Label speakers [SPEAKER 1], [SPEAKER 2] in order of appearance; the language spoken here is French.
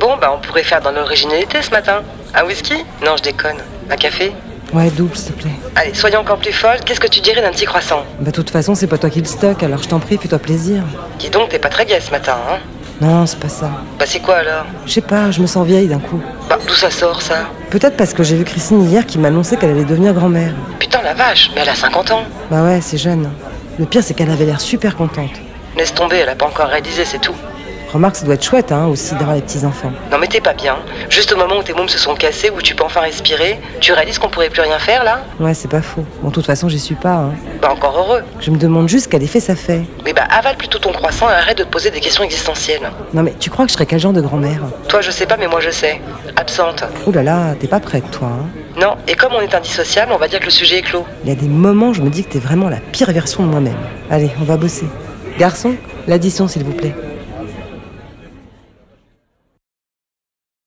[SPEAKER 1] Bon, bah on pourrait faire dans l'originalité ce matin. Un whisky Non, je déconne. Un café
[SPEAKER 2] Ouais, double, s'il te plaît.
[SPEAKER 1] Allez, soyons encore plus folles. Qu'est-ce que tu dirais d'un petit croissant
[SPEAKER 2] Bah, de toute façon, c'est pas toi qui le stocke, alors je t'en prie, fais-toi plaisir.
[SPEAKER 1] Dis donc, t'es pas très gaie ce matin, hein
[SPEAKER 2] Non, c'est pas ça.
[SPEAKER 1] Bah c'est quoi alors
[SPEAKER 2] Je sais pas, je me sens vieille d'un coup.
[SPEAKER 1] Bah d'où ça sort ça
[SPEAKER 2] Peut-être parce que j'ai vu Christine hier qui m'annonçait qu'elle allait devenir grand-mère.
[SPEAKER 1] Putain la vache, mais elle a 50 ans.
[SPEAKER 2] Bah ouais, c'est jeune. Le pire, c'est qu'elle avait l'air super contente.
[SPEAKER 1] Laisse tomber, elle a pas encore réalisé, c'est tout.
[SPEAKER 2] Remarque, ça doit être chouette, hein, aussi, d'avoir les petits-enfants.
[SPEAKER 1] Non mais t'es pas bien. Juste au moment où tes mômes se sont cassés, où tu peux enfin respirer, tu réalises qu'on pourrait plus rien faire là
[SPEAKER 2] Ouais, c'est pas faux. Bon, de toute façon, j'y suis pas, hein.
[SPEAKER 1] Bah encore heureux.
[SPEAKER 2] Je me demande juste quel effet ça fait.
[SPEAKER 1] Mais bah avale plutôt ton croissant et arrête de te poser des questions existentielles.
[SPEAKER 2] Non, mais tu crois que je serais quel genre de grand-mère
[SPEAKER 1] Toi je sais pas, mais moi je sais. Absente.
[SPEAKER 2] Ouh là là, t'es pas prête, toi, hein.
[SPEAKER 1] Non, et comme on est indissociable, on va dire que le sujet est clos.
[SPEAKER 2] Il y a des moments, je me dis que t'es vraiment la pire version de moi-même. Allez, on va bosser. Garçon, l'addition, s'il vous plaît.